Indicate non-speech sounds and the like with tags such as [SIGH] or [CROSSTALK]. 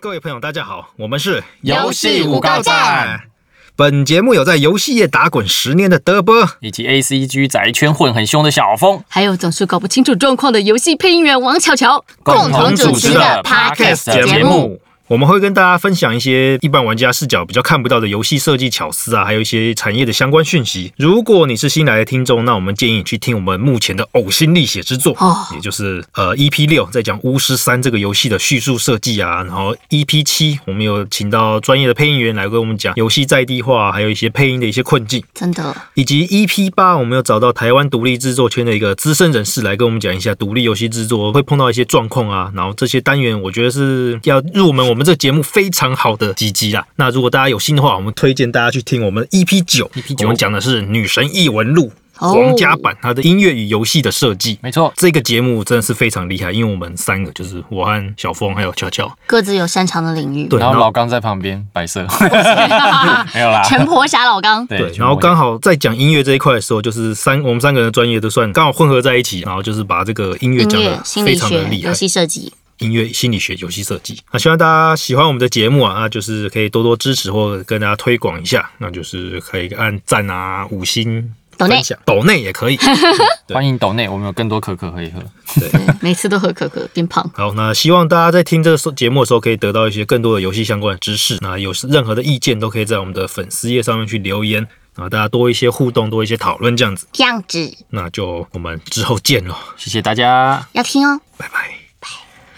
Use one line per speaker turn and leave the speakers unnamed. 各位朋友，大家好，我们是
游戏五告赞。
本节目有在游戏业打滚十年的德波，
以及 A C G 宅圈混很凶的小峰，
还有总是搞不清楚状况的游戏配音员王巧巧
共同主持的 Podcast 节目。
我们会跟大家分享一些一般玩家视角比较看不到的游戏设计巧思啊，还有一些产业的相关讯息。如果你是新来的听众，那我们建议你去听我们目前的呕心沥血之作，
哦
也就是呃 EP 六在讲《巫师三》这个游戏的叙述设计啊，然后 EP 七我们有请到专业的配音员来跟我们讲游戏在地化，还有一些配音的一些困境。
真的
以及 EP 八，我们有找到台湾独立制作圈的一个资深人士来跟我们讲一下独立游戏制作会碰到一些状况啊，然后这些单元我觉得是要入门我们这节目非常好的几集啦。那如果大家有心的话，我们推荐大家去听我们 EP 九
EP9
我们讲的是《女神异闻录》
哦
皇家版它的音乐与游戏的设计。
没错，
这个节目真的是非常厉害，因为我们三个就是我和小峰还有乔乔，
各自有擅长的领域。 [LAUGHS]
对，
然
然
后
后
老刚在旁边摆
[LAUGHS]
设，没有啦，
全婆侠老刚，
对，然后刚好在讲音乐这一块的时候，就是三我们三个人的专业都算刚好混合在一起，然后就是把这个音乐
音
讲
乐
的、
心
非
理
常的
学、
厉害
游，戏设计，
音乐心理学、游戏设计。那希望大家喜欢我们的节目啊，那就是可以多多支持或者跟大家推广一下，那就是可以按赞啊、五星、
抖内
分享、抖内也可
[LAUGHS]
以。嗯对
欢迎抖内，我们有更多可可可以喝。
对，每次都喝可可变胖。
好，那希望大家在听这个节目的时候，可以得到一些更多的游戏相关的知识。那有任何的意见，都可以在我们的粉丝页上面去留言，然后大家多一些互动，多一些讨论这样子。
这样子
那就我们之后见喽，
谢谢大家。
要听哦。
拜拜。